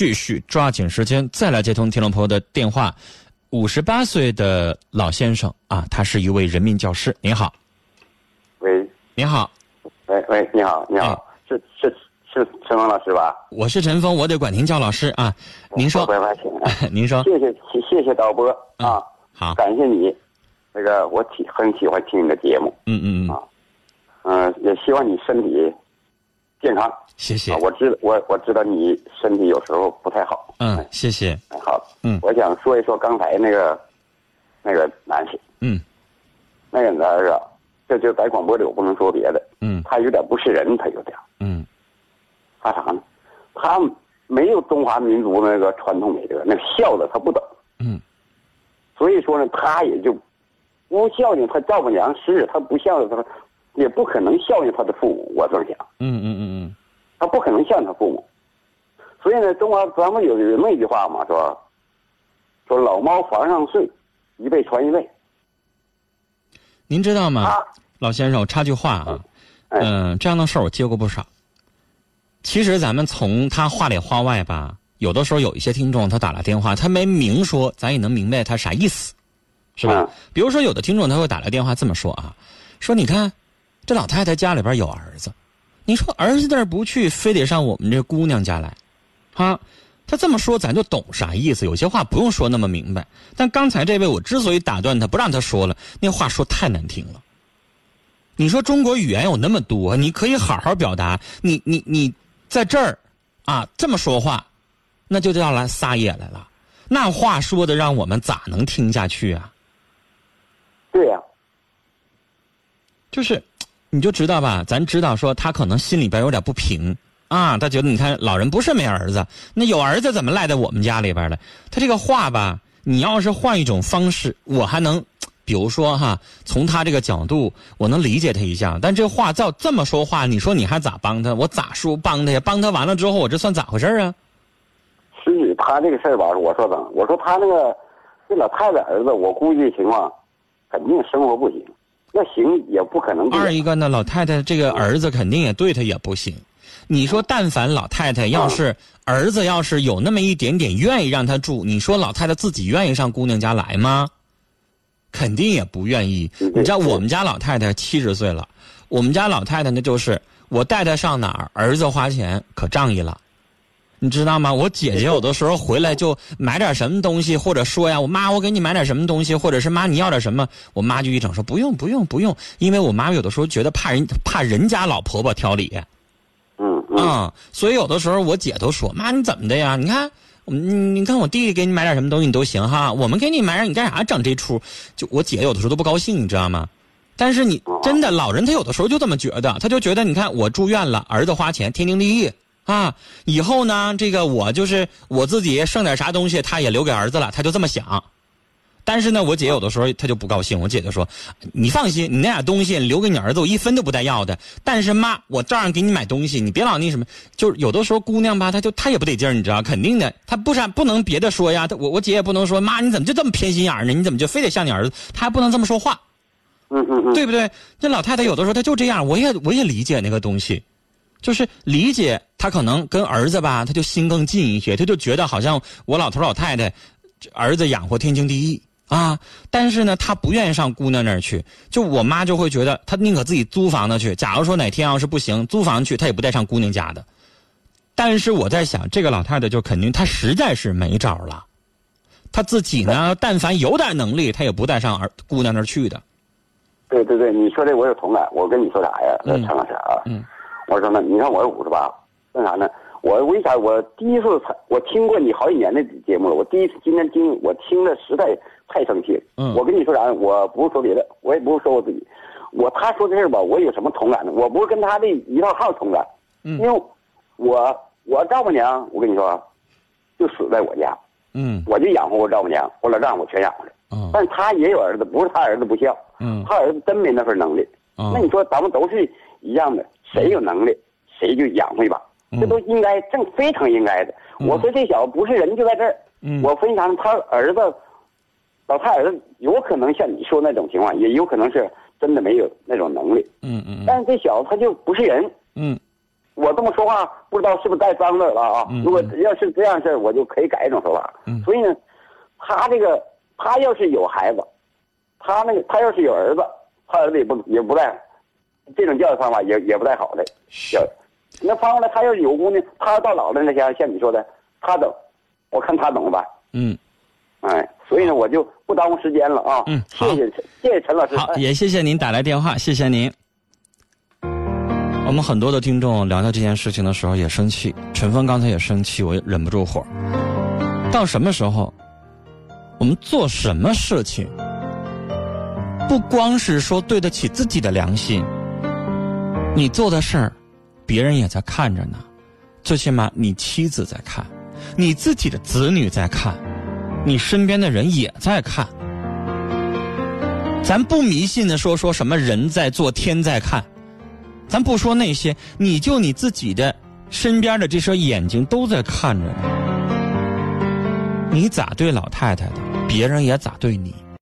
继续抓紧时间再来接通听众朋友的电话。五十八岁的老先生啊，他是一位人民教师。您好，喂，您好，喂喂，你好，你啊好，是是是陈峰老师吧？我是陈峰，我得管您叫老师啊。您说，乖乖请啊， 您说， 谢谢谢谢导播啊，好，感谢你，那个我挺很喜欢听你的节目，嗯嗯嗯，啊嗯，也希望你身体健康。谢谢啊，我知我我知道你身体有时候不太好，嗯，谢谢，哎好，嗯我想说一说刚才那个那个男士，嗯那个男士啊，这就在广播里我不能说别的，嗯他有点不是人，他有点。嗯怕啥呢？他没有中华民族那个传统美德，那孝的他不懂，嗯所以说呢，他也就不孝敬他丈母娘，是他不孝敬他，也不可能孝敬他的父母。我这么想，嗯嗯嗯他不可能孝敬他父母。所以呢，中华咱们有有那句话嘛，说说老猫房上睡，一辈传一辈。嗯，您知道吗他，老先生，我插句话啊。哎，嗯，这样的事儿我接过不少。其实咱们从他话里话外吧，有的时候有一些听众他打来电话，他没明说，咱也能明白他啥意思，是吧？嗯比如说有的听众他会打来电话这么说啊，说你看，这老太太家里边有儿子，你说儿子那儿不去，非得上我们这姑娘家来，哈。他这么说，咱就懂啥意思。有些话不用说那么明白。但刚才这位，我之所以打断他，不让他说了，那话说太难听了。你说中国语言有那么多，你可以好好表达。你你你在这儿啊这么说话，那就叫来撒野来了。那话说的，让我们咋能听下去啊？对呀、就是，你就知道吧，咱知道说他可能心里边有点不平啊，他觉得你看老人不是没儿子，那有儿子怎么赖在我们家里边了？他这个话吧，你要是换一种方式，我还能，比如说哈，从他这个角度，我能理解他一下。但这话照这么说话，你说你还咋帮他？我咋说帮他呀？帮他完了之后，我这算咋回事儿啊？是他这个事儿吧，我说怎么？我说他那个那老太太儿子，我估计情况肯定生活不行，要行也不可能不二行。一个呢，老太太这个儿子肯定也对她也不行。你说，但凡老太太要嗯是儿子要是有那么一点点愿意让她住，你说老太太自己愿意上姑娘家来吗？肯定也不愿意。嗯你知道对我们家老太太七十岁了，我们家老太太那就是我带她上哪儿，儿子花钱可仗义了。你知道吗？我姐姐有的时候回来就买点什么东西，或者说呀，我妈，我给你买点什么东西，或者是妈你要点什么，我妈就一整说不用不用不用，因为我妈有的时候觉得怕人怕人家老婆婆挑理啊、嗯嗯啊所以有的时候我姐都说妈你怎么的呀？你看我们你你看我弟弟给你买点什么东西你都行哈，我们给你买点你干啥整这出？就我姐有的时候都不高兴，你知道吗？但是你真的老人，他有的时候就这么觉得，他就觉得你看我住院了，儿子花钱，天经地义啊。以后呢，这个我就是我自己剩点啥东西，他也留给儿子了，他就这么想。但是呢，我姐有的时候她就不高兴，我姐就说：“你放心，你那俩东西留给你儿子，我一分都不带要的。但是妈，我照样给你买东西，你别老那什么。就是有的时候姑娘吧，她就她也不得劲儿，你知道，肯定的，她不是不能别的说呀。她我我姐也不能说妈，你怎么就这么偏心眼儿呢？你怎么就非得像你儿子？她还不能这么说话。嗯嗯嗯，对不对？这老太太有的时候她就这样，我也我也理解那个东西，就是理解她可能跟儿子吧，她就心更近一些，她就觉得好像我老头老太太，这儿子养活天经地义啊。但是呢，她不愿意上姑娘那儿去，就我妈就会觉得她宁可自己租房子去。假如说哪天要是不行，租房去，她也不带上姑娘家的。但是我在想，这个老太太就肯定她实在是没招儿了，她自己呢，但凡有点能力，她也不带上儿姑娘那儿去的。对对对，你说这我有同感。我跟你说啥呀，呃嗯陈老师啊？嗯我说呢，你看我五十八，那啥呢？我为啥我第一次才我听过你好几年的节目了？我第一次今天听我听的实在太生气了。嗯我跟你说啥？我不是说别的，我也不是说我自己。我他说的事儿吧，我有什么同感呢？我不是跟他的一套号同感，嗯因为我我丈母娘，我跟你说啊，就死在我家，嗯我就养活我丈母娘，我老丈人我全养活着。啊但他也有儿子，不是他儿子不孝，嗯他儿子真没那份能力。啊那你说咱们都是一样嗯的，谁有能力谁就养活一把，这都应该正非常应该的。嗯我说这小子不是人就在这儿，嗯我分析他他儿子，老太儿子有可能像你说那种情况，也有可能是真的没有那种能力，嗯嗯但是这小子他就不是人。嗯我这么说话不知道是不是带脏字儿了啊？嗯如果要是这样式儿，我就可以改一种说法。嗯所以呢，他这个他要是有孩子，他那个他要是有儿子，他儿子也不也不带这种教育方法也也不太好的。教育那反过来，他要是有姑娘，他到老了那家像你说的，他懂，我看他怎么办。嗯，哎，所以呢，我就不耽误时间了啊。嗯好谢谢陈谢谢陈老师。好， 哎也谢谢您打来电话，谢谢您。我们很多的听众聊到这件事情的时候也生气，陈峰刚才也生气，我也忍不住火。到什么时候，我们做什么事情，不光是说对得起自己的良心，你做的事儿，别人也在看着呢，最起码你妻子在看，你自己的子女在看，你身边的人也在看。咱不迷信的说说什么人在做天在看，咱不说那些，你就你自己的身边的这双眼睛都在看着你，你咋对老太太的，别人也咋对你。